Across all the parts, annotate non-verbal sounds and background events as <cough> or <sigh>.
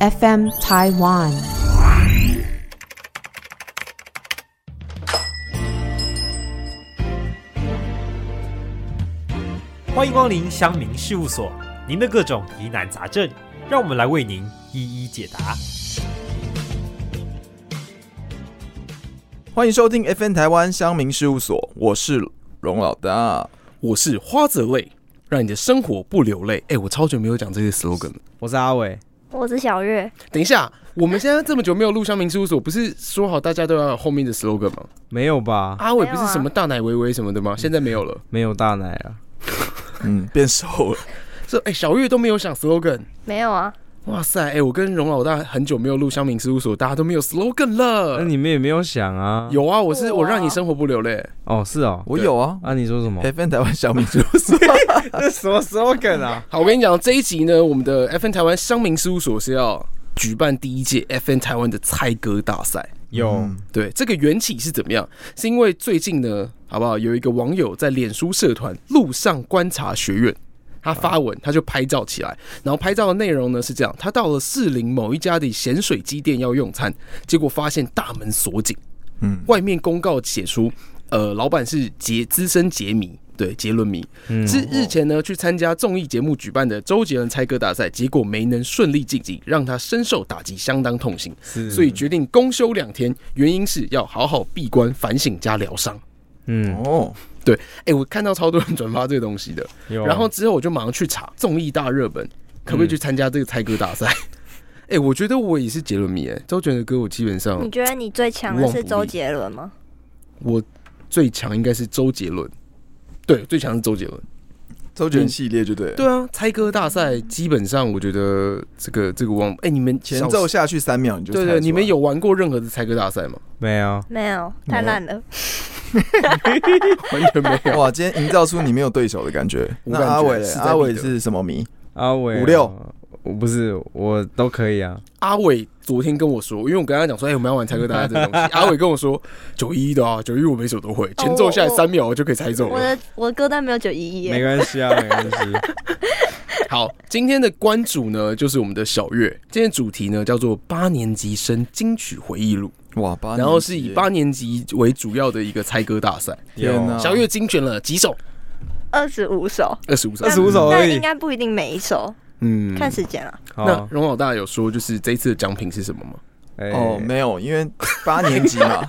FM Taiwan。欢迎光临乡民事务所，您的各种疑难杂症，让我们来为您一一解答。欢迎收听 FN 台湾乡民事务所，我是龙老大。我是花泽类，让你的生活不流泪。哎、我超久没有讲这些 slogan 了。我是阿伟，我是小月，等一下，我们现在这么久没有录乡民事务所，不是说好大家都要有后面的 slogan 吗？嗯没有吧？阿伟不没是有啊什么大奶维维什么的吗？现在没有了。没有大奶啊，嗯，变瘦了，这哎、小月都没有想 slogan。没有啊？哇塞，哎、我跟荣老大很久没有录乡民事务所，大家都没有 slogan 了。那你们也没有想啊？有啊，我是我哇让你生活不流泪。哦，是哦，我有啊。啊，你 <laughs> 说什么？ FN 台湾乡民事务所，这什么 slogan 啊？好，我跟你讲，这一集呢，我们的 FN 台湾乡民事务所是要举办第一届 FN 台湾的猜歌大赛。哦有嗯对，这个缘起是怎么样？是因为最近呢，好不好？有一个网友在脸书社团“路上观察学院”，他发文，他就拍照起来，然后拍照的内容呢是这样：他到了士林某一家的咸水鸡店要用餐，结果发现大门锁紧，嗯外面公告写出，呃，老板是杰资深杰迷。对，杰伦迷嗯是日前呢去参加综艺节目举办的周杰伦猜歌大赛，结果没能顺利晋级，让他深受打击，相当痛心。是，所以决定公休两天，原因是要好好闭关反省加疗伤。嗯，哦，哎、我看到超多人转发这个东西的，有。啊嗯然后之后我就马上去查综艺大热门，可不可以去参加这个猜歌大赛？ <laughs> 哎、我觉得我也是杰伦迷、哎，周杰伦的歌我基本上你觉得你最强的是周杰伦吗？我最强应该是周杰伦，对，最强是周杰伦。周杰伦系列就对了。对啊，猜歌大赛基本上我觉得这个这个忘，哎、你们前奏小下去三秒你就对猜出对，来你们 <laughs> 有玩过任何的猜歌大赛吗？没有，没有，太烂了。完全没有。哇？今天营造出你没有对手的感觉。无那感觉阿伟嘞，势在必得阿伟是什么迷？阿伟啊五六，我不是，我都可以啊。阿伟昨天跟我说，因为我跟他讲说，哎、我们要玩猜歌大赛这个东 <laughs> 西。阿伟跟我说，九一一的啊，九一我每首都会，前奏下来三秒我就可以猜中我了。的我的歌单没有九一一没耶，关 <laughs> 系啊，没关系。好，今天的关主呢，就是我们的小月。今天主题呢叫做八年级生金曲回忆录，哇，八年级啊耶然后是以八年级为主要的一个猜歌大赛。天哪，有小月精选了几首？二十五首，啊二十五首二。十五哦首而但已应。该不一定每一首，嗯，看时间啊。好那，荣老大有说，就是这一次的奖品是什么吗？ <laughs> 哎哦，没有，因为八年级嘛，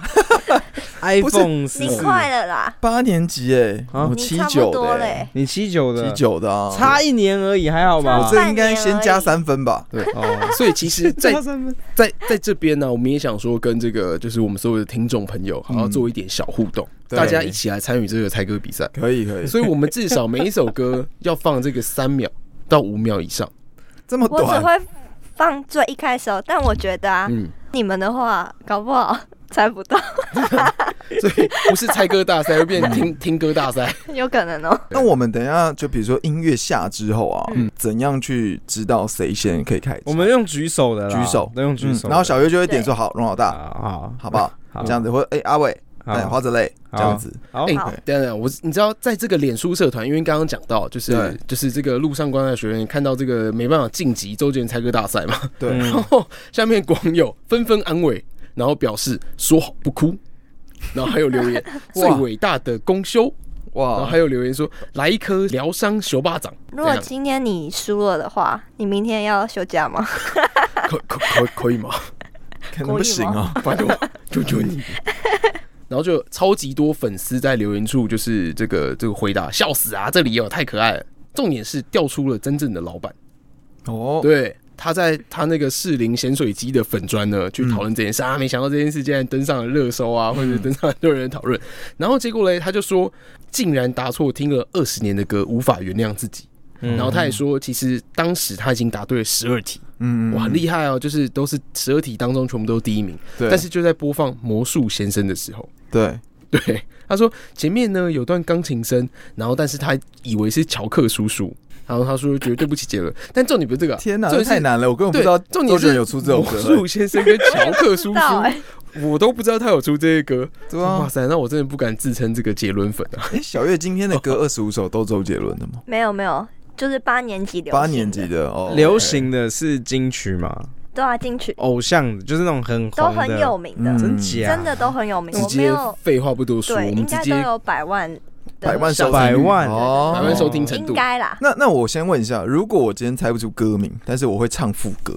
，iPhone 十你四，快了啦，八年级哎，啊我你七差不九多的嘞欸，。你七九的，七，九的啊，差一年而已，还好吧差我？这应该先加三分吧？对，哦，所以 <laughs> 其实，在加三分在在这边呢，我们也想说跟这个就是我们所有的听众朋友，好好嗯做一点小互动，对大家一起来参与这个猜歌比赛。可以可以，所以我们至少每一首歌要放这个三秒到五秒以上。 <laughs> 这么我只短，会放最一开始哦，但我觉得啊，嗯，你们的话搞不好 <laughs> 猜不到，所以不是猜歌大赛，会变嗯成听听歌大赛。有可能哦。那我们等一下就比如说音乐下之后啊，嗯怎样去知道谁先可以开始？我们用举手的啦，举手都用举嗯手的。然后小月就会点说好，荣老大，啊，好不好？好，这样子，或哎阿伟，好，哎花泽类，这好样子，好哎、好等等，我你知道，在这个脸书社团，因为刚刚讲到，就是对就是这个路上观察学院看到这个没办法晋级周杰伦猜歌大赛嘛，对，然后下面网友纷纷安慰，然后表示说好不哭，然后还有留言最伟大的公休，然后哇还，有留言说来一颗疗伤手巴掌，如果怎样今天你输了的话，你明天要休假吗？ <laughs> 可可可可以吗？ <laughs> 可能不行啊，拜托，求求你。然后就超级多粉丝在留言处，就是这个这个回答，笑死啊！这里也有太可爱了。重点是调出了真正的老板，哦，对，他在他那个士林咸水鸡的粉砖呢，去讨论这件嗯事、啊，没想到这件事竟然登上了热搜啊，或者登上很多人的讨论。然后结果嘞，他就说，竟然答错听了二十年的歌，无法原谅自己。嗯然后他也说，其实当时他已经答对了十二题，嗯，哇，很厉厉害哦！就是都是十二题当中全部都是第一名。对，但是就在播放《魔术先生》的时候， <laughs> 对，对他说前面呢有段钢琴声，然后但是他以为是乔克叔叔，然后他说觉得对不起杰伦，但重点不是这个啊，天哪，重这点是太。难了，我根本不对知道，重点周杰是伦有出这种魔歌，术先生 <laughs> 跟乔克叔不知道哎叔，我都不知道他有出这些歌。 <laughs> 对哇啊，塞，那我真的不敢自称这个杰伦粉啊！哎，小月今天的歌二十五首都周杰伦的吗？没有没有，就是八年级流行的八年级的哦，流行的是金曲嘛？都要进去，偶像就是那种很啊都红的，很有名的，嗯真假？真的都很有名。直我没接有废话不多说，对，我们应直该接都有百万的百万收听率百万哦，百万收听程应度。该啦。 <laughs> 那那我先问一下，如果我今天猜不出歌名，但是我会唱副歌，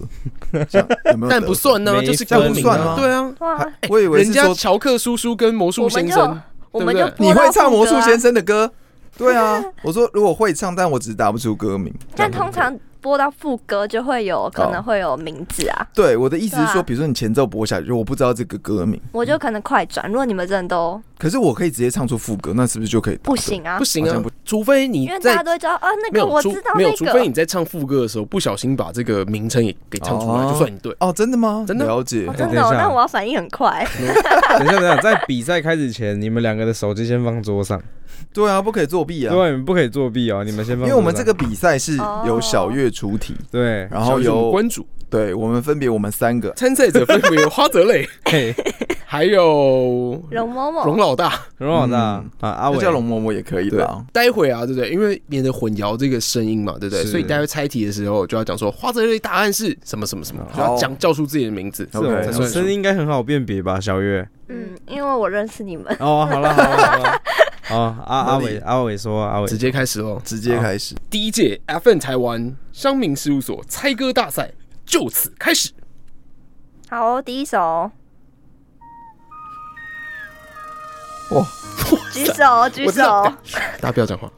这样有没有？但不，算呢、没就是这样歌不名算啊，吗对啊，哇，我以为人是家说乔克叔叔跟魔术我们先就生，我们对就不对播你到会唱魔术副歌啊先，生的歌。对 <laughs> 啊，我说如果会唱，但我只是答不出歌名。但这样通常播到副歌就会有可哦能会有名字啊，对我的意思是对说，啊比如说你前奏播下去，我不知道这个歌名，我就可能快转。如果你们真的都可是我可以直接唱出副歌，那是不是就可以答对？不行啊不，行好啊像不，除非你因为大在家都会知道啊，那没个有我除知道没有，除那非个你。在唱副歌的时候不小心把这个名称也给唱出来，哦就算你对。哦，真的吗？真的了解哦，等真一的哦，下那我要反应很 <laughs> 快。 <laughs> 等一下，等一下，在比赛开始前，你们两个的手机先放桌上，对啊，不可以作弊啊，对，你们不可以作弊哦，你们先因放桌为上。我们这个比赛是哦由小月出题， <laughs> 对，然后小心我们由关注对我们分别我们三个，参赛者分别有花泽类，嘿，还 <laughs> 有容嬷嬷，龙老大。容老大啊，阿那伟叫龙嬷嬷也可以啦。待会啊，对不对？因为免得混淆这个声音嘛，对不对？是所以待会猜题的时候就要讲说花泽类答案是什么什么什么，好就要讲叫出自己的名字。这种 OK，这算种数哎声音应该很好辨别吧，小月。嗯，因为我认识你们，哦，好了好了好了， <laughs> 哦，阿阿合伟理阿伟说阿伟直接开始哦喽！直接开始，第一届 FN 台湾商民事务所猜歌大赛就此开始。 <laughs> 好，第一首，哇，举手举哦 <laughs> 我知道手，大家不要讲话。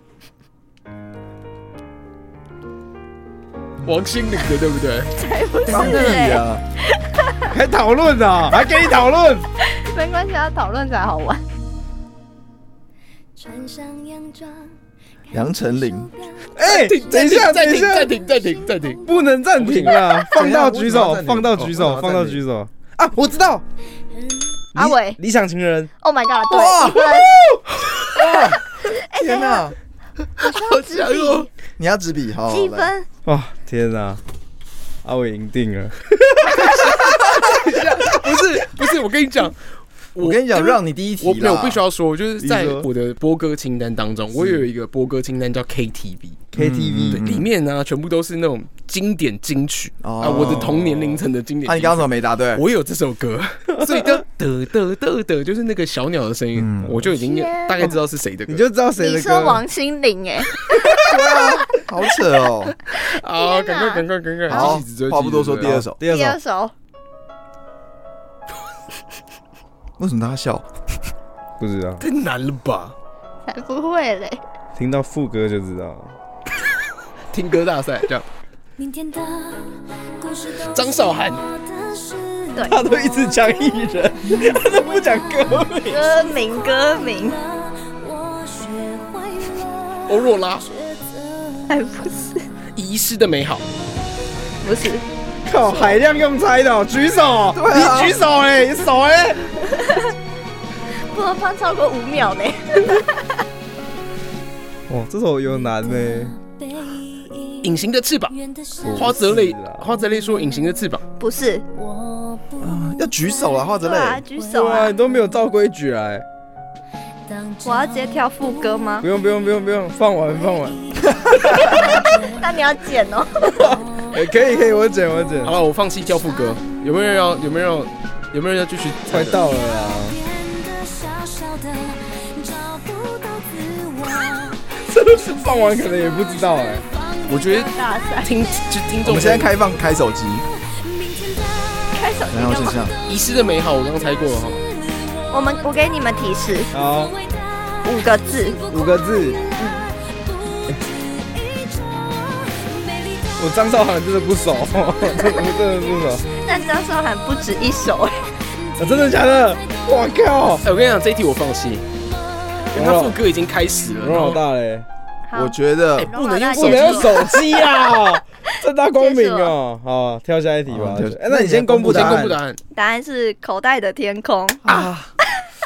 王心凌的对不对？才不是当然欸，呀，还讨论呢，还跟你讨论，没关系，要讨论才好玩。穿上洋装，杨丞琳，哎，等一下暂等一停，下，暂停，暂停，暂停。不啊能暂停了，放到举手等一下放到举为什么手要暂停放到举手啊，我知道，嗯阿伟理想情人， ，Oh my god，对，一分哎天哪！好强哦！你要纸笔，哦好，积来分，哇天哪，阿伟赢定了，不是 <laughs> 不是，我跟你讲，我跟你讲，因为让你第一题我啦没有必须要说，就是在你说我的播歌清单当中，我有一个播歌清单叫 KTV，嗯 KTV 对，里面呢全部都是那种经典金曲哦啊，我的同年龄层的经典啊，金你曲刚刚。怎么没答对？我有这 <laughs> 首歌，所以的的的的的，就是那个小鸟的声音，嗯我就已经天大概知道是谁的歌。你就知道谁你的说歌，王心凌哎，对啊，好扯 <laughs> 哦。啊，赶天快哪赶快赶快！好继续追，话不多说，继第续追二首，第二第二首首，为什么大家笑？不知道，太难了吧？才不会嘞，听到副歌就知道了，听歌大赛这样，明天的故事都是张韶涵我的事对他都一直讲艺人，他都不讲歌名，歌名歌名，我学会了欧若拉《抉才哎不是，遗失的美好》。不是，靠，海量用猜的哦，举手，你举手哎，你手哎，不能放超过五秒呢。哇，这首有难欸呢，择背影隐形的翅膀，远的山花泽类不是啦，啊花泽类说《隐形的翅膀不是，我不要举手了，花泽对啊，类。举手哇，啊！你都没有照规矩哎。当知我要直接跳副歌吗不？用不用不用不用，放完放完，那你要剪哦。哎、可以可以，我剪我剪》。，好了，我放弃跳副歌，有没有人要？有没有人要？有没有人要继续猜快的？到了啊啦， <laughs> 变得小小的，找不到自我。这不是放完可能也不知道哎、我觉得大赛听就听我众们现在开放开手机，明天的开手然后机就干这嘛？样。 《遗失的美好》，我刚刚猜过了哈。我们我给你们提示，好，伟大五个字，五个字，嗯不止一种美丽的我张韶涵真的不熟， <laughs> 我真的不熟，但张韶涵不止一首哎。啊、真的假的？我靠，哎，我跟你讲，这一题我放弃，因为他副歌已经开始了，容然老后大嘞，好哎我觉得容老大不不能用能用结束手机啊，正大光明哦、好，跳下一题吧好跳。哎、那你先公布我先答公布案答案。答案是《口袋的天空》。啊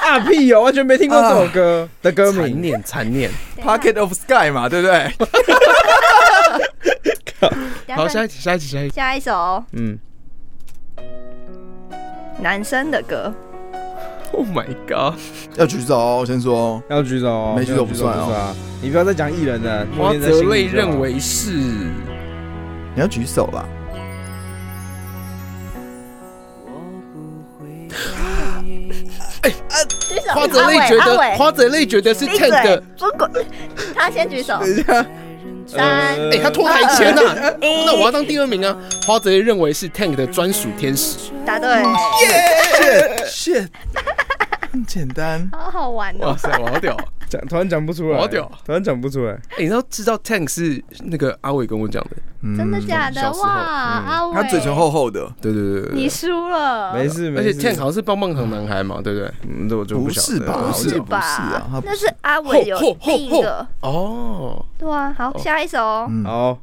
啊屁哦，完全没听过这首歌的歌残名。念，残念。 <laughs> ，Pocket of Sky 嘛，对不 <laughs> 对？等好，一下一下题，下一题，下一题。下一首哦嗯，男生的歌， Oh my god！要举手哦，我先说 <laughs> 哦。要举手哦，没举手不算哦啊。你不要再讲艺人了，默花念在泽心类里就好认为是你要举手啦。举手。啊花泽类阿伟觉阿得伟花泽类觉得是闭 Ten 的呃嘴，，中国， <laughs> 他先举手。等一下，三，哎、他脱台前呐、啊，一那我要当第二名啊！花泽类认为是 Tank 的专属天使，答对， shit，很简单。好好玩哇哦。塞，我好屌、啊！讲突然讲不出来，好屌突然讲不出来。 <laughs> 哎、你知道知道 Tank 是那个阿伟跟我讲的， <laughs> 真的假小的时候呃哇？啊阿伟，嗯他嘴唇，厚厚的，对对对对你对。输了，没事没而事，且 Tank 好像是棒棒糖男孩嘛，对不对？嗯，这我就不晓是得吧？了我不记得是不是啊吧？？他那是阿伟有吼吼吼第一个，哦，对啊。好，下一首，嗯好，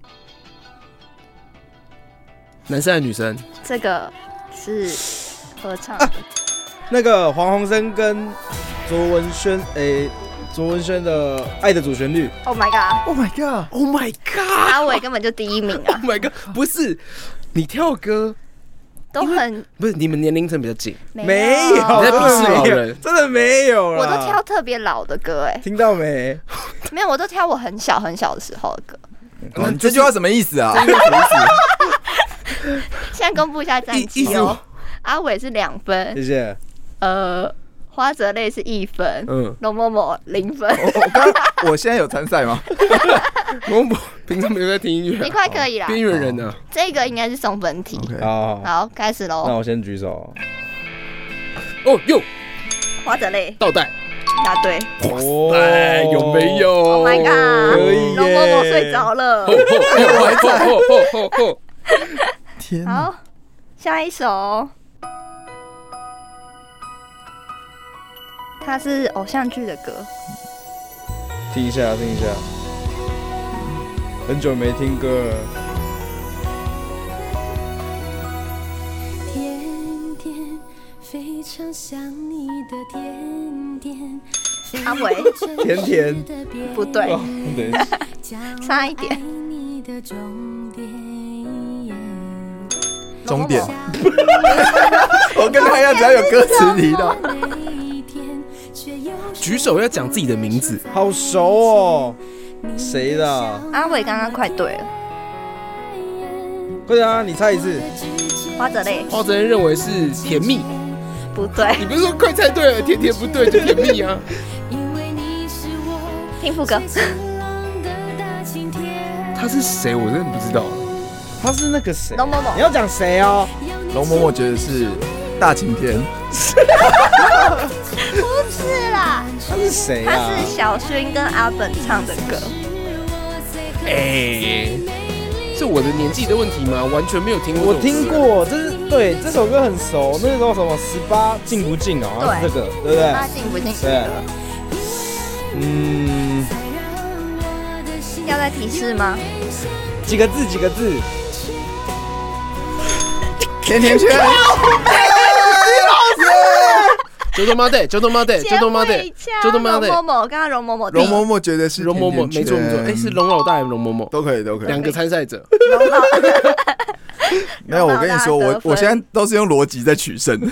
男生还是女生？这个是合唱，啊那个黄鸿升跟卓文萱，诶，卓文萱的《爱的主旋律》 Oh my god！ ，Oh my god， Oh my god！Oh 阿伟根本就第一名啊， my god！不是，你跳歌都很不是你们年龄层比较近，没有，有啊你在真鄙视的老没有人真的没有我啦都挑，特别老的歌哎、听到没？ <laughs> 没有，我都挑我很小很小的时候的歌。哇你这句话什么意思啊？这句话什么意思？现在公布一下战绩哦，阿伟是两分谢，谢。呃，花泽类是一分，嗯，龙某某零 <laughs> 分。我我刚，我现在有参赛吗？我不平常没有在听音乐 <laughs> 啊你，快可以啦，边缘人啊呢？这个应该是送分题。 OK 好，好好好，开始那喽。我先举手。哦哟，花泽类倒带，答对哇哎，有没有，Oh my god！可以耶龙某某睡着了吼。吼吼吼吼吼吼！天哪！好，下一首，它是偶像剧的歌，听一下，听一下。很久没听歌了，甜甜，非常想你的甜甜。阿伟甜甜不对哇，等一下，差一点。终点某某 <laughs> 某我跟他一样，只要有歌词提到，举手要讲自己的名字，好熟哦。谁的啊？阿伟刚刚快对了，快点啊，你猜一次。花泽类花泽类认为是甜蜜。不对，你不是说快猜对了，甜甜不对就甜蜜啊？听副歌，他是谁？我真的不知道。他是那个谁？龙某某你要讲谁哦？龙嬷嬷觉得是大晴天，不是啦，他是谁它啊？是小薰跟阿本唱的歌，哎，是我的年纪的问题吗？完全没有听过。我听。过，这是对这首歌很熟，那时候什么十八进不进哦，好像是这个，对不对？他进不进？对，啊嗯，要再提示吗？几个字几个字，甜甜圈，九头妈对，九头妈对，九头哎妈对，九头龙妈对，某某，刚刚龙某某， <laughs> 龙嬷嬷觉得是容嬷嬷，没甜甜错圈没错，哎，是龙老大还是容嬷嬷？都可以都可两以。个参赛 <laughs> 者，没有，我跟你说，龙嬷嬷我我现在都是用逻辑在取胜。 <laughs>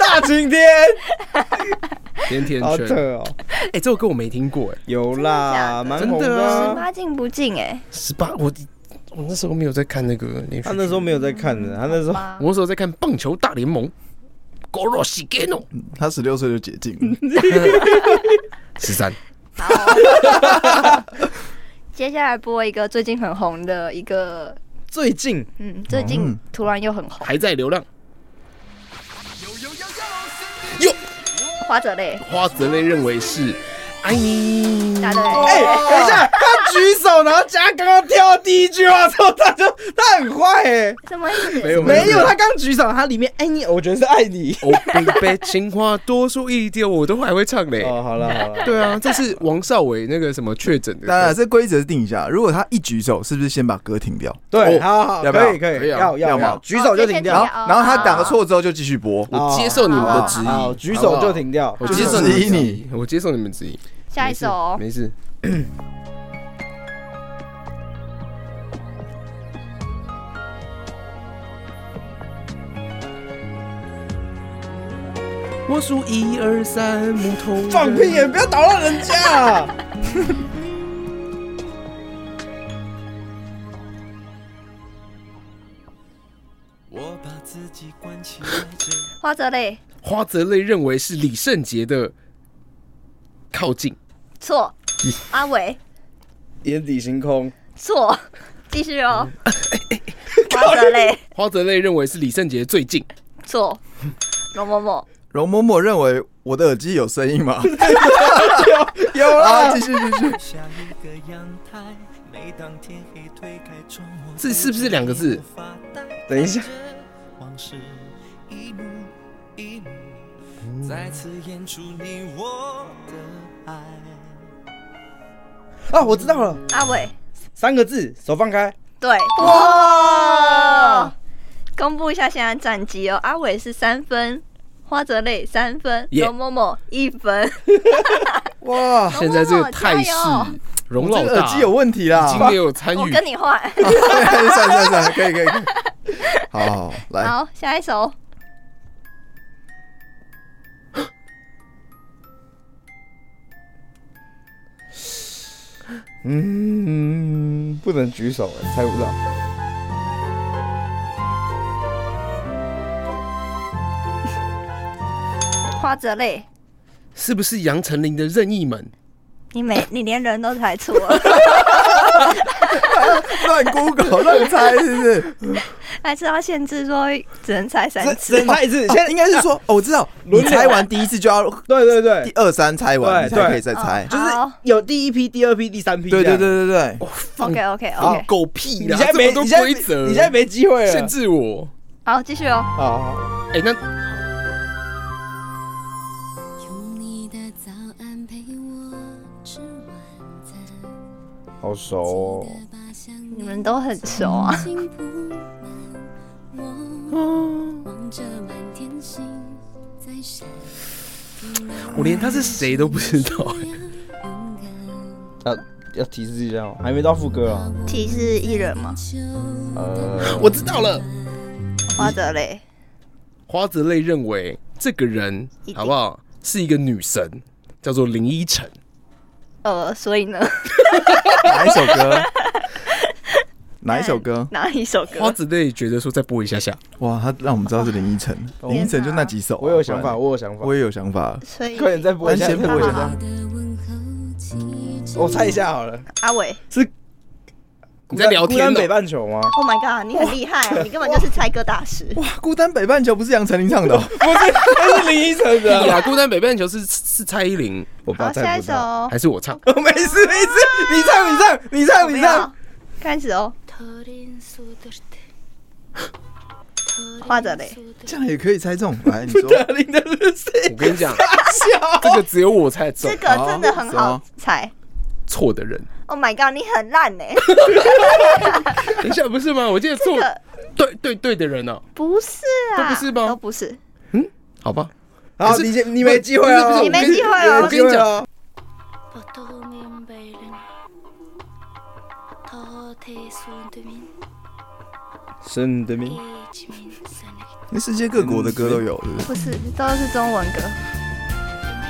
大晴天，甜甜好扯圈。哦，哎，这首歌我没听过，哎，有啦，蛮红真的的十啊。八进不 <laughs> 进？哎，十八，我我那时候没有在看那个连续他那时候没有在看的，他那时候哎我那时候在看棒球大联盟。g o r o s h i g e n o 他十六岁就解禁了，十三，好。接下来播一个最近很红的一个，最近嗯，最近突然又很红，还在流浪。花泽类，花泽类认为是，哎，答对，哎，等一下，他举手，然后加刚刚跳的第一句话之后，他就他很坏哎，什么意思？没有没有，他刚举手，他里面爱你，我觉得是爱你。哦，贝贝，情话多说一点，我都还会唱哎嘞。哦，好了好了，对啊，这是王少伟那个什么确诊的当然歌，这规则定一下，如果他一举手，是不是先把歌停掉？对，哦好好，要不可以要可可以，以啊要要要吗要，举手就停然后掉，哦然后他打个错之后就继续播。我接受你们的质好，疑，举手就停掉，我就接是受你们的质疑质你疑，我接受你们质疑。下一首哦，没事，我数一二三，木头放屁耶！不要打乱人家。我把自己关起来，这花泽类花泽类认为是李圣杰的靠近，错，阿伟眼底星空，错，继续 <laughs> 哦。哎花泽类花泽类认为是李圣杰最近，错，容嬷嬷容嬷嬷认为我的耳机有声音 <laughs> 吗？ <laughs> 有啦啊，，继续继续，下一个阳台。每当天黑推开窗，我这是不是两个字？等一下，往事一幕一幕，再次演出你我的爱。啊，我知道了，阿伟三个字，手放 <laughs> 开，对，哇！公布一下现在战绩哦，阿伟是三分，花泽类三分，耶容嬷嬷一分。哇，现在这个态势啊加油，容啊我老这个大耳机有问题啦已！经没有参我与跟你换。 <laughs> 算算算，可以可以，可以好好好来，好，下一首嗯，不能举手，哎猜不到，花泽类，是不是杨丞琳的任意门？你每你连人都猜错了，乱 Google 乱猜是不 <laughs> 是？还是要限制说只能猜三只次只能猜一次，哦现在应该是说，哦，我知道，你轮流猜完第一次就要对对第对，二三猜完，你对啊才可以再哦猜。就是好有第一批、第二批、第三批，对对对这样，对对，哦，放，OK OK 放 OK，狗屁啊你啦！现在这么没，多你现在规则，你现在没机会啊了，限制我。好，继续哦。好好好哎，那用你的早安陪我吃晚餐，好熟哦，记得把想你念们都很熟啊，心铺满，我望着满天星在闪。我连他是谁都不知道。要提示一下哦，还没到副歌啊，提示艺人吗？嗯 <laughs> 呃，我知道了，花泽类，花泽类认为这个人一定好不好是一个女神，叫做林依晨。呃，所以呢， <laughs> 哪一首歌？ <laughs> 哪一首歌？哪一首花歌？泽类觉得说再播一下下，哇，他让我们知道是林依晨，哦林依晨就那几首啊。我有想不法，然我有想法，我也有想法。所以快点再播一下，但先播一下我猜一下好了，阿伟你在聊孤天哦单北呢？半球吗？ ，Oh my god，你很厉害啊，你根本就是猜歌大师。哇，《孤单北半球》不是杨丞琳唱的哦？那是林依晨对 <laughs> 的，啊，孤单北半球是是蔡依林我好，下一首，还是我 <laughs> 唱？我哦没事没事，你唱你唱你我唱不你唱要，，开始哦。花泽类，这样也可以猜中。来，你 <laughs> 说不得林的是谁我跟你讲，笑？这个只有我猜得中这，个真的很好猜。错的人。 Oh my god，你很烂呢。等一下不是吗？我记得错这个对对对的人哦， <laughs> 不是啊，都不是吗都不是。好吧，好，可是你先你没机会啊不是不了，是你没机会哦我跟你讲， <laughs> 神的名，那世界各国的歌都有，对不对？不是，都是中文歌。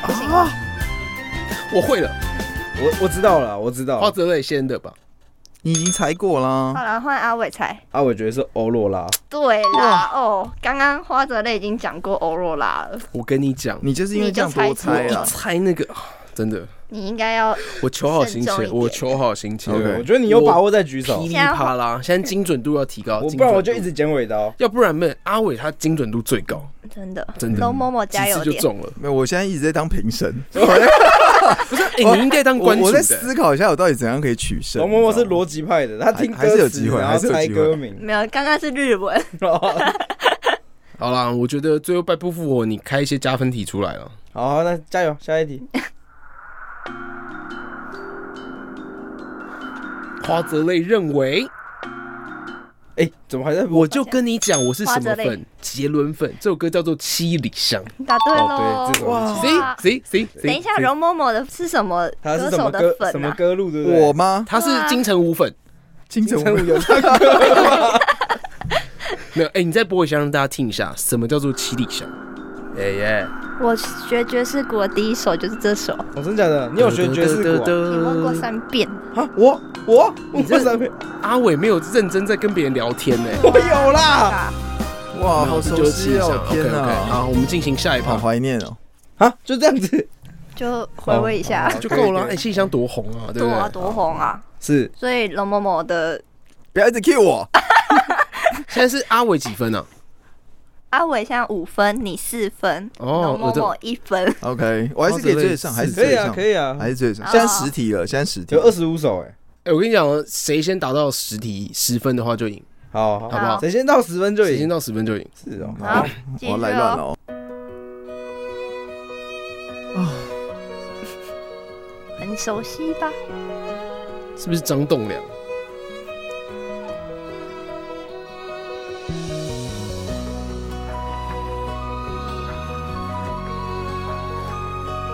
不行，我会了，我我知道了，我知道花了，泽类先的吧？你已经猜过好啦。了，换阿伟猜。啊，我觉得是欧若拉，对啦，哦，刚刚花泽类已经讲过欧若拉了，我跟你讲，你就是因为这样多猜啊你就啦一。猜那个啊真的，你应该要 <laughs> 我求好心慎重一切，点我求好心切。 OK 我觉得你有把握再举手噼，里啪啦，现在精准度要提啊高，我精不然准我就度一直剪尾刀。要不然没有阿伟他精准度最高，真的真的龙某某几加油次就点。中了。没有，我现在一直在当评审，哦哎，你应该当我关注我在的。思考一下，我到底怎样可以取胜。容嬷嬷你是知道吗逻辑派的，他听还还是有歌词机会然还后是有猜机会歌名。 <laughs> 没有，刚刚是日文。好啦，我觉得最后拜不复活，你开一些加分题出来了。好，那加油，下一题。花泽类认为，哎，怎么还在播？我就跟你讲，我是什么花泽类粉，杰伦粉。这首歌叫做《七里香》。答对喽哦，对这首我哇记谁谁谁等一谁？下，容嬷嬷的是什么他是歌什手么的歌？粉什么啊？歌路？对不对？我吗？他是金城武粉。金城金城武武有 <laughs> 唱歌，没有，哎，你再播一下，让大家听一下，什么叫做《七里香》？哎耶，我学爵士鼓的第一首就是这首，我哦真假的？你有学爵士鼓啊？你问过三遍。啊我我我这三遍，阿伟没有认真在跟别人聊天呢、我有啦。啊哇，没有好这熟就是悉智商哦！天 OK OK，哪，好，我们进行下一好趴怀念哦。啊，就这样子，就回味一下哦哦就够了啊。可以可以哎，信箱多红啊，对不多啊对？多红啊！是所以龙某某的不要一直 Q 我，现在是阿伟几分啊？阿伟现在五分，你四分，哦龙某某一分， OK，我还是可以追得上，还是可追以得啊，上，可以啊，还是追得上。哦现在十题了，现在十题有，二十五首哎，哎，我跟你讲哦，谁先达到十题十分的话就赢，好好不好，好好？谁先到十分就谁已先经到十分就赢。是哦，好，<laughs> 继我续要来乱了哦。哦。很熟悉吧？是不是张栋梁？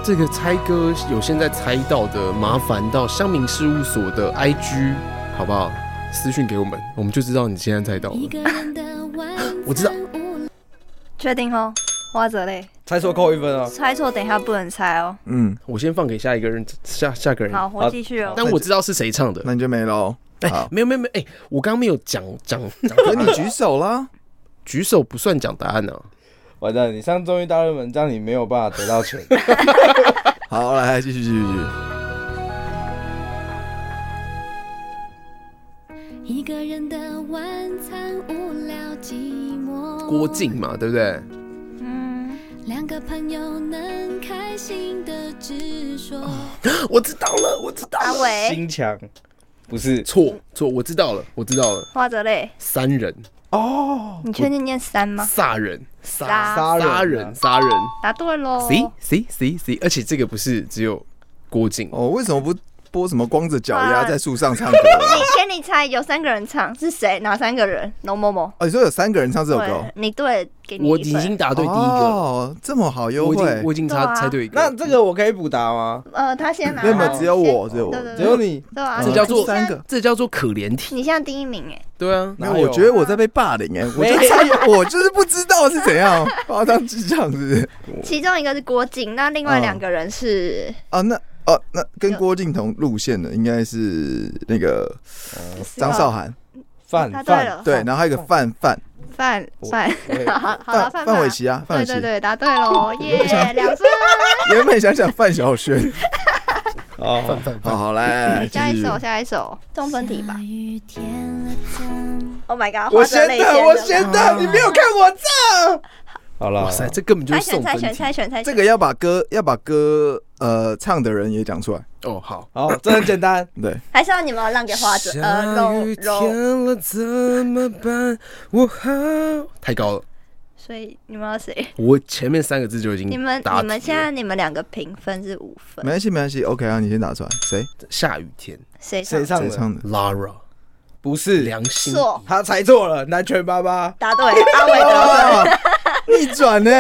这个猜歌有现在猜到的，麻烦到乡民事务所的 IG 好不好？私讯给我们，我们就知道你现在猜到了一。个人的晚餐我知道无聊确定哦，花泽类猜错扣一分啊，猜错，等一下不能猜哦。嗯，我先放给下一个人，下下个人。好，我继续哦。但我知道是谁唱的。那你就没哦喽。哎、好，没有没有没有，哎、我刚刚没有讲讲讲可你举手啦，举手不算讲答案呢、啊完蛋，你上综艺大热门，这样你没有办法得到钱，好，来继续继续继续。一个人的晚餐无聊寂寞。郭靖嘛，对不对？哦嗯，两个朋友能开心的直说。我知道了，我知道阿伟、心强不是错错，我知道了，我知道了。花泽类，三人你确定念三吗？杀人杀哦杀杀啊人杀人，答对喽。谁谁谁谁？而且这个不是只有郭靖，哦，为什么不播什么光着脚丫在树上唱歌你啊？先你猜，有三个人唱，是谁？哪三个人？龙某某。哦，你说有三个人唱这首歌哦对，，你对，给你我已一分。经答对第一个了，哦，这么好优我已惠经，我已经对猜啊猜对一个那了。这个我可以补答吗？呃，他先拿。没有没他有，只有我，先只有对我，对只对，有你对啊，这叫做你现在三个。这叫做可怜体，你现在第一名哎，对啊，没有，哪有我觉得我在被霸凌哎，我就没猜，我就是不知道是怎样，把我当智障是不是？其中一个是郭靖，那另外嗯两个人是啊，那哦，那跟郭靖同路线的应该是那个张韶涵，范答对范了，对，然后还有一个范范范范， <laughs> 对好好了，范范范玮范琪啊，范玮对琪对，对，答对喽，耶，两分。原本想想范晓萱，哦，好好来，下一继续首，下一首，中分题吧下。雨天了灯， Oh my god，我花泽先类的，我先哦的，你没有看我这，好了，哇塞，这根本就是猜拳送猜分拳题猜拳猜拳，这个要把歌要把歌呃唱的人也讲出来，哦。好，好，这很 <laughs> 简单，对，还是要你们要让给花泽呃下龙雨龙，天了怎么办？我好太高了，所以你们要谁？我前面三个字就已经你们嗯答你们题现了在你们两个评分是五分没，关系没关系，OK 啊，你先打出来，谁下雨天谁谁上？唱谁的？唱的？ ，Lara 不是，良心错，他猜错了，南拳爸爸，答对，阿伟得分。啊，逆转呢！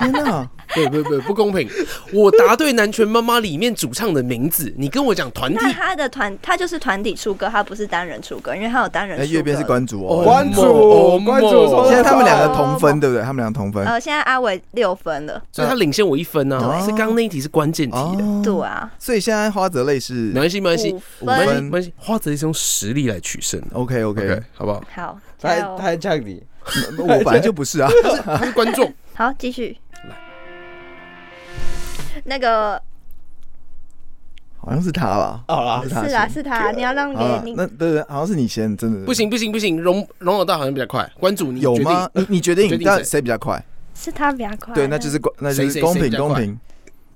天哪，不不不，不公平！我答对《南拳妈妈》里面主唱的名字，你跟我讲团体那他的团，他就是团体出歌，他不是单人出歌，因为他有单人哎，出歌。月边是关主哦哦，关哦注关注哦说现得在他们两好个同分对不对？他们两个同分呃，现在阿伟六分了，所以他领先我一分呢、啊。对是刚刚那一题是关键题的，哦，对啊，所以现在花泽类是没关系没关系，五没关系分分。没关系，花泽是用实力来取胜的。啊 OK OK， OK，好不好？好，加他还油他还呛你，我本来就不是 <laughs> 啊，他是观众，好，继续。那个好像是他吧？好啦，是是啊，先是他，你要让好给啦你那对对，好像是你先，真的不，行不行不行，荣荣老大好像比较快。关主你有决定吗？？你你决决定，定但谁谁比较快？是他比较快。啊对，那就是公，那就谁是谁公谁平，比较公快平，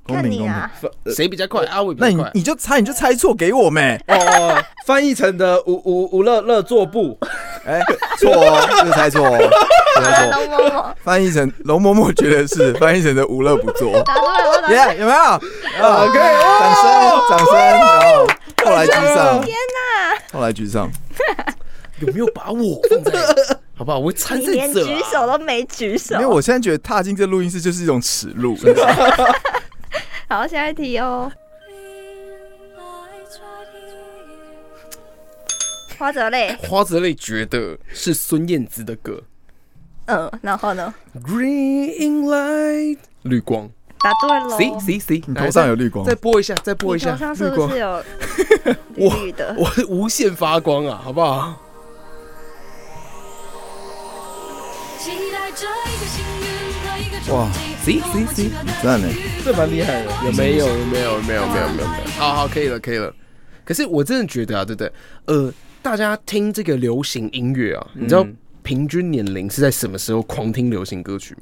公看平，你公平啊。。谁比较快？阿伟比那较你快。你就猜，你就猜错给我 <laughs> 没？哦哦，翻译成的无无无乐乐作布，哎，错哦，这个猜错哦，这个好猜了，错。龙 <laughs> 嬷嬷，翻译成龙嬷嬷觉得是，翻译成的无乐不作。 <laughs> 答对了，我答对耶了。有没有？啊，OK，掌声，掌声。然后后来居上，天哪！后来居上，有没有把我放在？ <laughs> 好不好？我参你赛连者、举啊。手都没举手因。为我现在觉得踏进这录音室哦就是一种耻辱。好，下一题哦。花泽类，花泽类觉得是孙燕姿的歌嗯，然后呢？ 《Green Light》绿光。答对了。谁谁谁？你头上有绿光再，播一下，再播一你下。头上是绿不光是有绿绿 <laughs> 的？我无限发光啊，好不好？期待着一个幸运和一个哇冲击。行行莫名其妙的赞呢遇见这蛮厉害的有没有？有没有？有没有？没有？没有？没有。好好，可以了，可以了。可是我真的觉得啊，对不对？呃，大家听这个流行音乐啊，你知道嗯平均年龄是在什么时候狂听流行歌曲吗？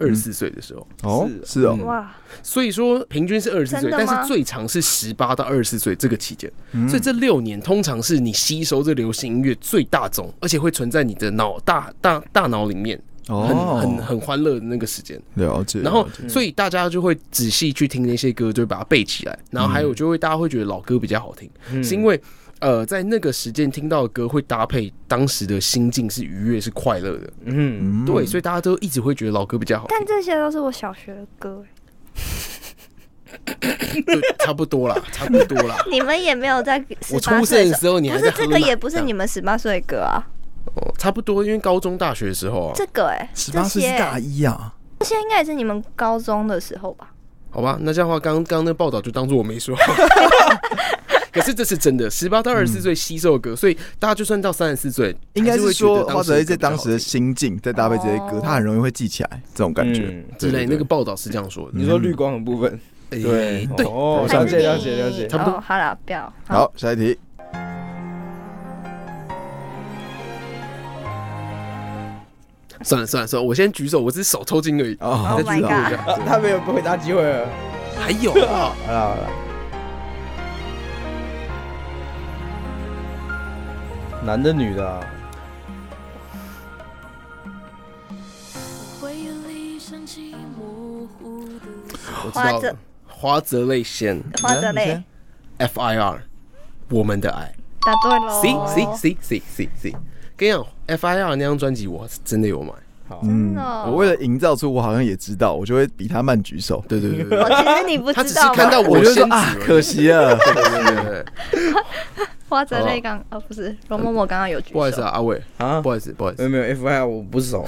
二十四岁的时候，哦，是哦，哇，所以说平均是二十四岁真，的但吗是最长是十八到二十岁这个期间，所以这六年通常是你吸收这流行音乐最大宗，而且会存在你的脑大大大脑里面，很很哦，很欢乐的那个时间。了啊解。然后了解，所以大家就会仔细去听那些歌，就会把它背起来。然后嗯还有就会大家会觉得老歌比较好听，是因为呃，在那个时间听到的歌会搭配当时的心境是愉悦、是快乐的。嗯，嗯对，所以大家都一直会觉得老歌比 <laughs> 较好但这些都是我小学的歌。听，对，差不多啦，差不 <laughs> 多啦。你们也没有在我十出八生岁的的时候，你不还是在喝这个，奶也不是这样你们十八岁的歌啊。哦，差不多，因为高中、大学的时候啊，这个哎、十这八岁些是大一啊，这些应该也是你们高中的时候吧？好吧，那这样的话，刚刚那报道就当做我没 <laughs> 说。可是这是真的，十八到二嗯十四岁吸收的歌，所以大家就算到三十四岁，应该还是会说觉得花泽类在当时的的歌比较好心境，再搭配这些歌，哦他很容易会记起来这种感觉。嗯听之类。对那对嗯个报道是这样说的，你说绿光的部分，哎对对，哦，了解了解了解差。不多哦、好了，不要。好，下一题，算了算了算了，我先举手，我只是手抽筋而已。哦， Oh 好 my 知道 god！啊他没有回答机会了，还 <laughs> 有啊，好了好了。男的女的啊？回忆里响起模糊的我知花道泽了，花泽类先花泽你类先， F I R，我们的爱答对喽。 ，C C C C C C。跟你讲，F I R 那张专辑我是真的有买，嗯，哦我为了营造出我好像也知道，我就会比他慢举手。对对对对哦对，其实你不他只知是道看吗？到我就先说举啊而，已可惜 <laughs> 了。对对对对对，花泽类刚哦不是容嬷嬷刚刚有举手。不好意思啊，阿伟，啊不，好意思，不好意思没有。没有，F I 我不熟。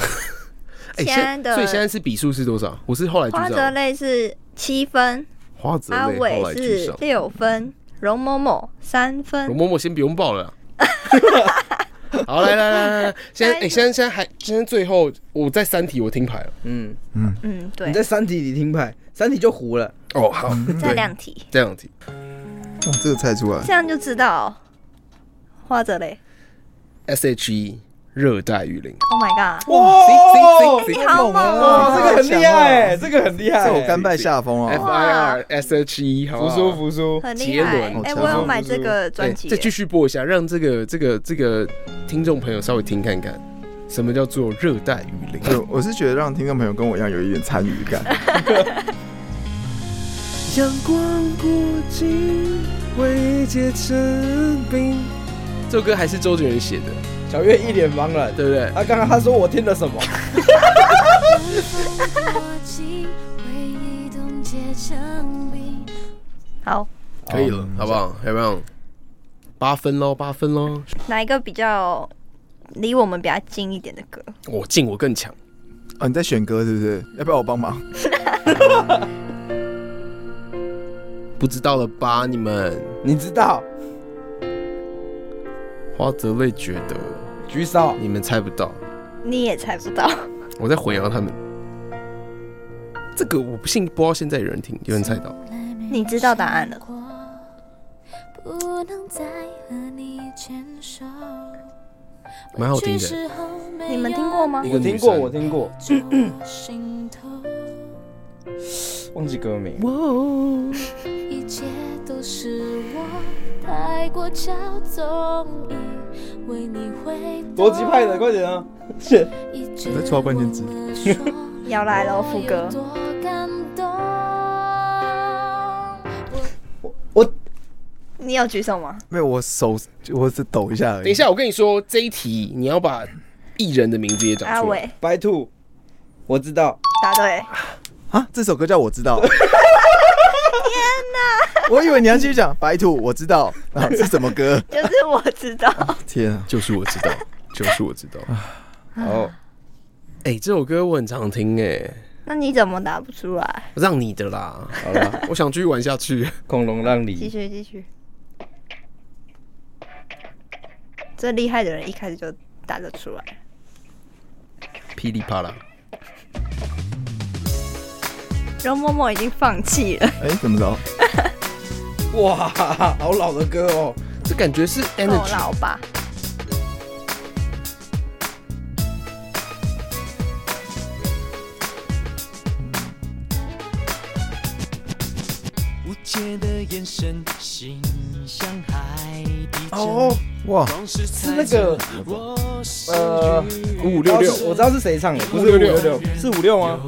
哎，亲爱现的所以现在是比数是多少？我是后来花举手泽，类是七分，花啊泽阿类后伟来举是手，六分，容嬷嬷三容分。嬷嬷先不用报了啦。啊 <laughs> 好，来来来来来，现在哎，现在现在还现在最后我在三题我听牌了。嗯，嗯，对 <laughs> 你，在三体里听牌，三体就糊了。哦，好，再对两题，这样题，哇这个猜出来这，样就知道花泽类。 S.H.E E，热带雨林。 Oh my god！哇哦行行行好猛哇，哦！这个很厉害，这个很厉害，这我甘拜下风，F 哦。 I R S H E，好不服好输。服输。很杰厉害伦，哎、好强我有买这个专辑哎再，继续播一下，让这个这个这个听众朋友稍微听看看，什么叫做热带雨林？对，我是觉得让听众朋友跟我一样有一点参与感。阳光过境，未解成冰。这首歌还是周杰伦写的，小月一脸茫然。对不对？啊，刚刚他说我听了什 <laughs> 么？默契，回忆冻结成冰。好，可以了，好不好？有没有？八分喽，八分喽！哪一个比较离我们比较近一点的歌？我进我更强。哦，你在选歌是不是？要不要我帮忙？不知道了吧？你们你知道？花泽类觉得举手。你们猜不到，你也猜不到，我在混淆他们。这个我不信，播到现在有人听，有人猜到。你知道答案了。不能再和你牵手，蛮好听的委屈时候没有 <laughs> 你们听过吗？一我个听女过，生我听过，住我心头？忘记歌名。一切都是我太过骄纵，以为你会懂逻辑派的，快点啊！是一直我在抓关 <laughs> 键字忘了说要来喽，副 <laughs> 歌我有。多感动我你有举手吗？没有，我手我只抖一下而已。等一，下，我跟你说，这一题你要把艺人的名啊字也讲阿出来。伟白兔，我知道。答 <laughs> 对，啊，这首歌叫我知道。天哪！我以为你要继续讲白兔，我知道啊，是什么歌？就是我知道。天啊！就是我知道，就是我知道。哦，哎、这首歌我很常听、那你怎么答不出来哎？，让你的啦。好了，我想继续玩下去。恐龙让继梨。续继续。这厉害的人一开始就答得出来。噼里啪啦。容嬷嬷已经放弃了，哎，怎么着？哇，好老的歌哦，这感觉是够 energy，老吧？无解的眼神，心像海底针。哦，哇，光是是猜那个我是呃五五六六我知道是谁唱的，不是五六六，是五六吗？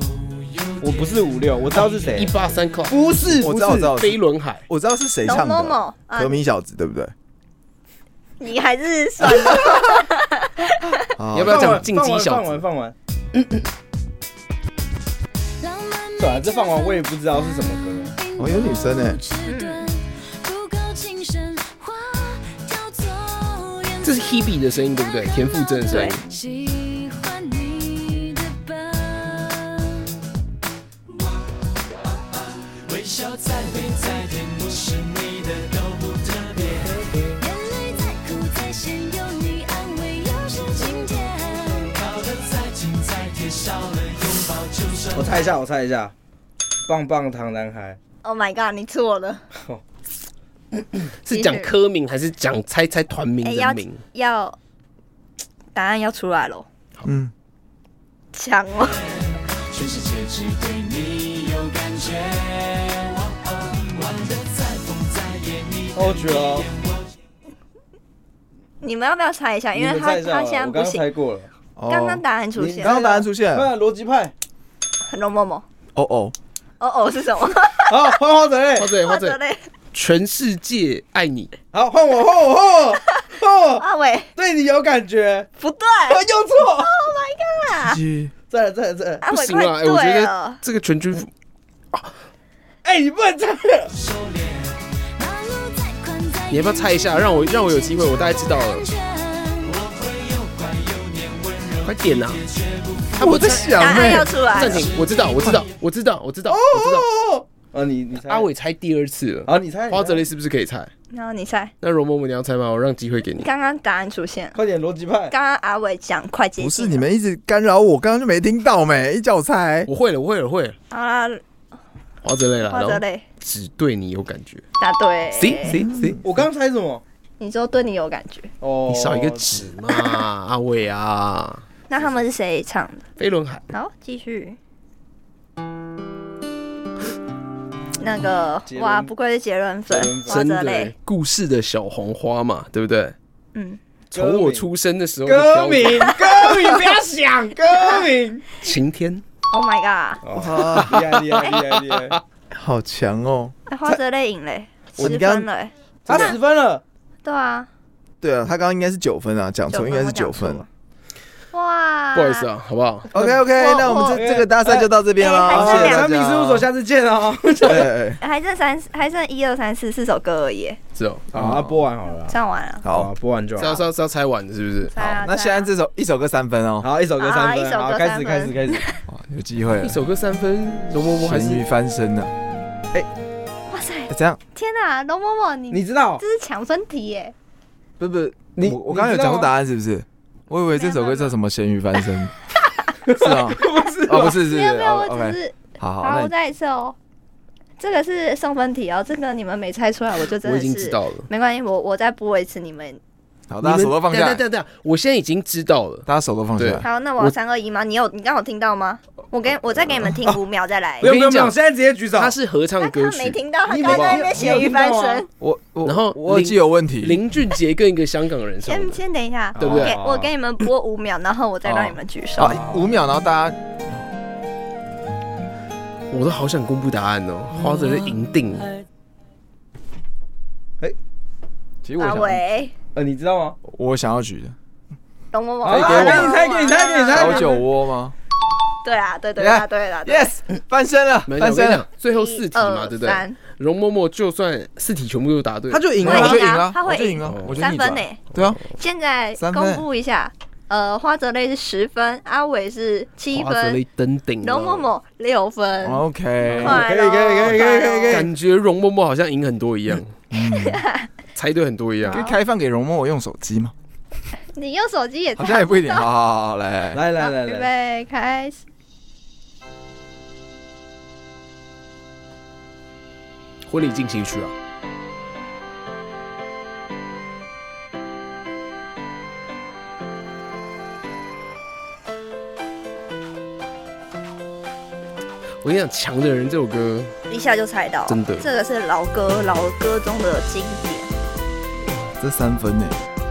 我不是五六，我知道是谁一，八三 club，不是，我不知道，我知是，道，飞轮海，我知道是谁容唱嬷嬷的，，啊革，命小子对不对？你还是算 <laughs> 了，啊你要不要放讲完进击小放完，子放完，浪漫美啊算了，这放完我也不知道是什么歌了。哦，有女生哎，嗯这是 Hebe 的声音对不对？田馥甄的声音对，喜欢你的笨。微笑再美再甜，我是你的都不特别。眼泪再苦再咸，有你安慰又是晴天。靠得再近再贴，少了拥抱就算我猜一下，我猜一下，棒棒糖男孩， Oh my god，你错了！是讲科名还是讲猜猜团名哎，的要名？要，答案要出来喽，嗯，抢哦！全世界只对你有感觉。哇哦玩得再疯再野，你哦，绝哦，你们要不要猜一下？你因为们他猜一下他吧，现在我不刚刚行，猜过了，哦刚刚答案出你现，刚刚答案出现对，啊，逻辑派，容嬷嬷，哦哦，哦哦是什么？好，换花泽类花， <laughs> 泽类，花或泽者类，嘞，全世界爱你，好，换我，换我，换我，换我，阿伟对你有感觉，不对，我又 Oh 错，是再来，再来，再来，阿不伟行啊！快哎，我觉对得了，这个全军覆哎，你不能这样，收敛。马路再宽再你要不要猜一下？让我让我有机会，我大概知道了。我会又乖又黏，温柔快点呐！啊他我不在在想答案哎要，出来暂了，停，我知道，我知道，我知道，我知道，我知道。哦，啊，你你猜，阿伟，猜第二次了，哦好，你猜，花泽类，类是不是可以猜？然后你猜，那容嬷嬷你要猜吗？我让机会给你。刚刚答案出现了，快点，逻辑派，刚刚阿伟讲快接近，不是你，们一直干扰我，刚刚就没听到没，一叫我猜， <laughs> 我会了，我会了，我会了。好啦，花泽类了，花然泽后哦类只对你有感觉。答对，行行行，我刚刚猜什么？你说对你有感觉，哦，你少一个纸 <laughs> 嘛，阿伟啊，那他们是谁唱的？飞轮海。好，继续。那个杰伦哇，不愧是杰伦粉杰伦，粉花真泽的类欸，故事的小黄花嘛，对不对？嗯，从我出生的时候就歌飘名，歌名不要 <laughs> 想歌名，晴天， ，Oh my god，哦哇，厉害厉害厉害厉 <laughs> 害，好强哦。哎花泽类赢嘞，我十你刚分了欸，他十分了，对啊，对啊，他刚刚应该是九分啊，讲错应该是九分我讲错。了哇，不好意思，啊，好不好？ OK OK，我那我们我这这个大赛就到这边哦哎了，还谢剩谢大两香家。米事务所，下次见哦。对，哎还剩三，还剩一二三四四首歌而已，是哦，好，啊播完好了啊，唱完了，好啊，播完就是要是好。要是要猜完的是不是？猜啊那现猜啊在这首一首歌三分哦，好，一首歌三好一分，首歌好，开三分始开始开始，哇有机会一了，首歌三分，容嬷嬷还咸鱼是翻身呢。哇塞，哎这样天哪，龙嬷嬷，你你知道这是抢分题耶，不不，你我我刚刚有讲过答案是不是？我以为这首歌叫什么《咸鱼翻身》， <laughs> 是 <laughs> 啊，不是哦，不是是没有没有，哦我只，OK，是，好好，好，那我你再一次哦，这个是送分题哦，这个你们没猜出来，我就真我的已经是知。道了。没关系，我我再播一次你们。好，大家手都放下等来，等等，我现在已经知道了。大家手都放下对来。好，那我我三二一吗？你有你刚好听到吗？我给我再给你们听五秒再来不。用不我跟你用不讲用，现在直接举手。它是合唱他歌他没曲，听到，他你刚刚在没那边你咸有鱼听到翻吗身。我我然后我林记有问题，林俊杰跟一个香港人唱先的。先等一下，对不对我给我给你们播五秒，然后我再让你们举手。啊，五秒，然后大家我都好想公布答案哦，花泽类赢定了。其实我阿想伟，呃，你知道吗？哦我想要举的龙嬷嬷，可以给我啊哎给你猜给你猜给你猜小酒窝吗对啊，对对来啊，对啦，对啦？Yes，翻身了，没有，翻我跟身你了讲，，最后四题嘛，对不对？三容嬷嬷就算四题全部都答对，他就赢我也我了就赢赢啊了，他会我就赢了赢，我就三逆分欸转呢。对啊，现在三分公布一下，呃，花泽类是十分，阿伟是七花泽分类，登顶了。龙嬷嬷六分。哦 OK，快咯可以可以可以可以可以可以感觉容嬷嬷好像 <laughs> 赢很多一样，嗯猜对很多一样嗯可以。开放给容嬷嬷用手机吗？你用手机也好像也不一定。好好好，好来来来，来来来预来，备开始。婚礼进行曲啊，我跟你讲，强的人这首歌，一下就猜到，真的这个是老歌，老歌中的经典。这三分呢，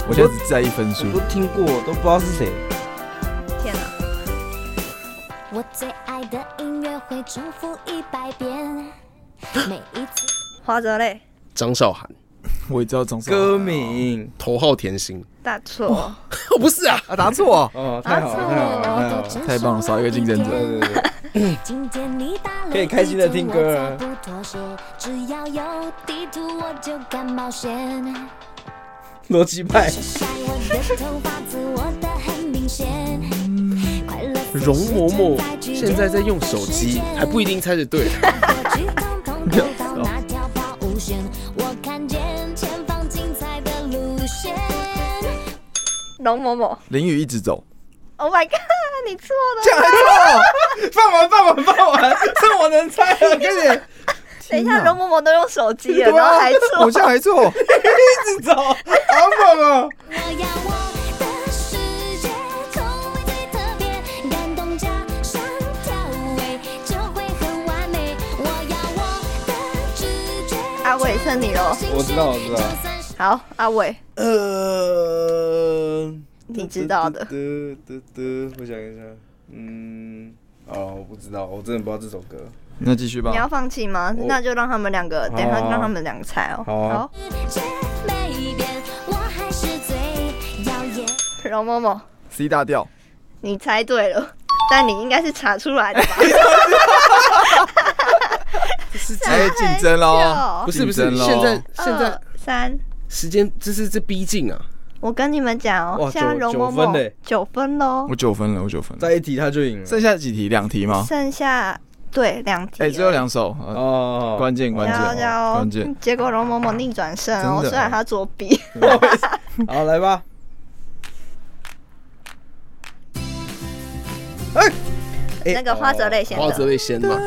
我现在只在意分数我。都听过，都不知道是谁。天哪，我最爱的音乐会重复一百遍，每一次。花泽类张韶涵我也知道张韶涵歌名头号甜心，大错，哦，不是啊，啊，答错哦，哦，太好了，太好了，太好了。太棒了，少一个竞争者。对对对， <coughs> 今天你打了可以开心地听歌啊一针我才不妥协，只要有地图我就敢冒险。逻辑派是晒我的头发，自我的很明显。快乐随时容嬷嬷正举现在在用手机，还不一定猜得对。我去通通都到那条抛物线，我看见前方精彩的路线。龙某某 <laughs> 淋雨一直走， ，Oh my god，你错了。这样还错？放完放完放完，这我能猜了，快点等一天嗯啊下，哪龙某某都用手机了，对然后啊还，我错。这样还 <laughs> 错？走，好猛哦！我要我的世界，口味最特别，感动加上调味就会很完美。我要我的直觉。阿伟剩你哦喽。我知道我知道好，阿伟，呃，你知道的得得得，我想一下，嗯，哦，我不知道，我真的不知道这首歌。那继续吧你。要放弃吗？我那就让他们两个，等一下好啊让他们两个猜哦。好啊好，这没变，我还是最耀眼。龙某某， C 大调，你猜对了， <laughs> 但你应该是查出来的吧？啊哎，竞争喽笑，不是不是，竞争咯现在现在二三，时间这是这逼近啊，我跟你们讲哦哇，现在九容嬷九分嬷嘞九分喽我，九分了，我九分了。再一题他就赢了。剩下几题？两题吗？剩下啊对两题了，哎，只有两首，呃哦，关键关加油键加油！关键。结果容嬷嬷逆转胜真的哦，虽然她作弊， <laughs> 好来吧。哎那个花泽类先花泽的，类先嘛，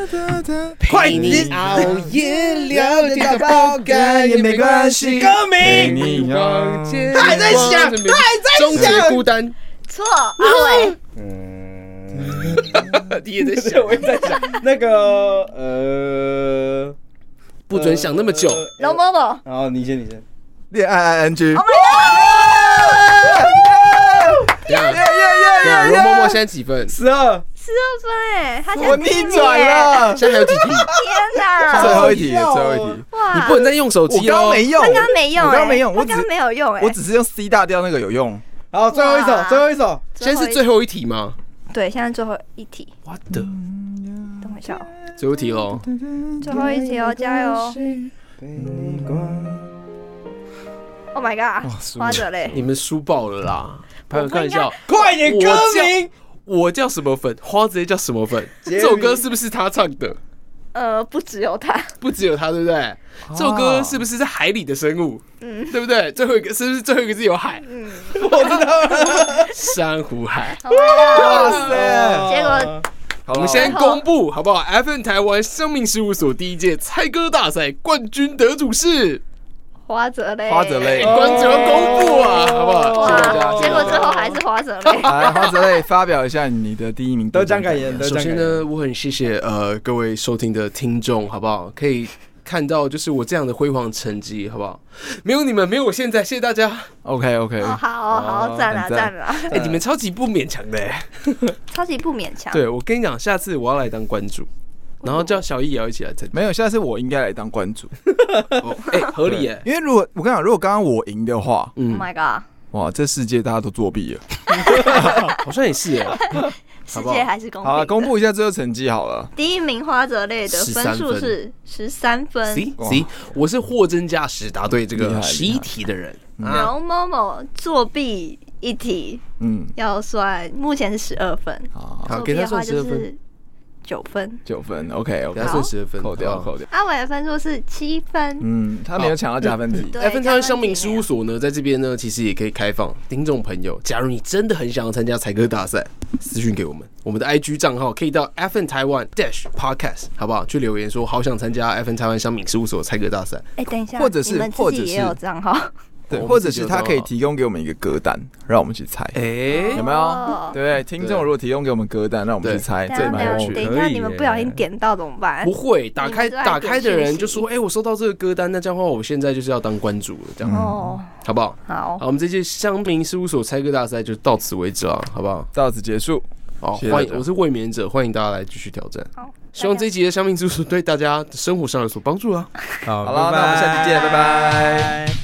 快点熬夜聊得到爆肝也没关系。哎歌陪名你啊他还在想，他还在终结孤单，错，阿伟，你也在想，那个呃，不准想那么久，容嬷嬷，然后你先你先，恋爱 ING。耶耶这样这样，耶容嬷嬷现在几分？十二十二分哎，她我逆转，了，现在还有几 <laughs> 题？天最哪，后一题，最后一题。你哇不，能再用手我机刚刚哦。没用，她刚刚没用，我刚刚没用，她我只刚刚没有用哎，我只是用 C 大调那个有用。好，最后一首哇，最后一首，现在是一最后一题吗？对，现在最后一题，我的等我一下哦，最后一题喽，最后一题哦，加油！Oh my god，花泽类，你们输爆了啦！朋友我不看应一该下，快点歌名，我叫什么粉？花泽类叫什么粉？语这首歌是不是他唱的？呃，不只有她，不只有他，对不对？这首歌是不是在海里的生物？对不对？最后一个是不是最后一个字有海？ <laughs> 我知道，珊瑚海。 <laughs> 哇塞！结果我我们先公布好不好？FN 台湾生命事务所第一届猜歌大赛冠军得主是花泽类，花泽类哎，馆长公布啊，好不好？哦哇谢谢大家谢谢大家，结果最后还是花泽 <laughs> 类来花泽类发表一下你的第一名得奖感言，得首奖先感言。呢，我很谢谢呃各位收听的听众，好不好？可以看到就是我这样的辉煌成绩，好不好？没有你们，没有我现在，谢谢大家。 OK OK，哦好好赞啊很赞赞啊，哎、你们超级不勉强的、哎超级不勉强，对，我跟你讲，下次我要来当关注，然后叫小易也要一起来参没有，下次我应该来当关主，加。哦 <laughs> 哎、合理耶、因为如果我跟你讲，如果刚刚我赢的话， ，Oh my god，哇，这世界大家都作弊了。好像也是耶、 <laughs> 世不好界还是公平好啊的了，公布一下最后成绩好了。第一名花泽类的分数是十三分，行行，我是货真价实答对这厉害个厉害十一题的人啊，容嬷嬷作弊一题嗯，要算，目前是十二分，好，好作给弊他的算话十二就分是九分，九分，OK 给 OK，他好算十分，扣掉好不好扣掉，阿伟的分数是七分。嗯，他没有抢到加分题，对哎，芬加太分乡民题事没务有所呢，在这边呢，其实也可以开放听众朋友，假如你真的很想要参加采歌大赛，私讯给我们，我们的 IG 账号可以到 FN Taiwan Dash Podcast，好不好？去留言说好想参加 FN 台湾乡民事务所采歌大赛，哎、等一下，或者是你们自或者己是也有账号，对，我们或者自己是有他账可以号提供给我们一个歌单，让我们去猜，哎有没有哦？对，听众如果提供给我们歌单，让我们去对猜，这等一下也蛮有等趣一下的。等一下，可以你们耶不小心点到怎么办不？会，打开你们都在打开的点人讯就说：“哎、我收到这个歌单，那这样的话，我现在就是要当关主了，这嗯样、哦，好不好？”好，好，我们这届乡民事务所猜歌大赛就到此为止了，好不好？到此结束，好，谢谢欢大迎，家我是卫冕者，欢迎大家来继续挑战。好希望大家这一集的乡民事务所对大家的生活上有所帮助啊。好好了，那我们下期见，拜拜。拜。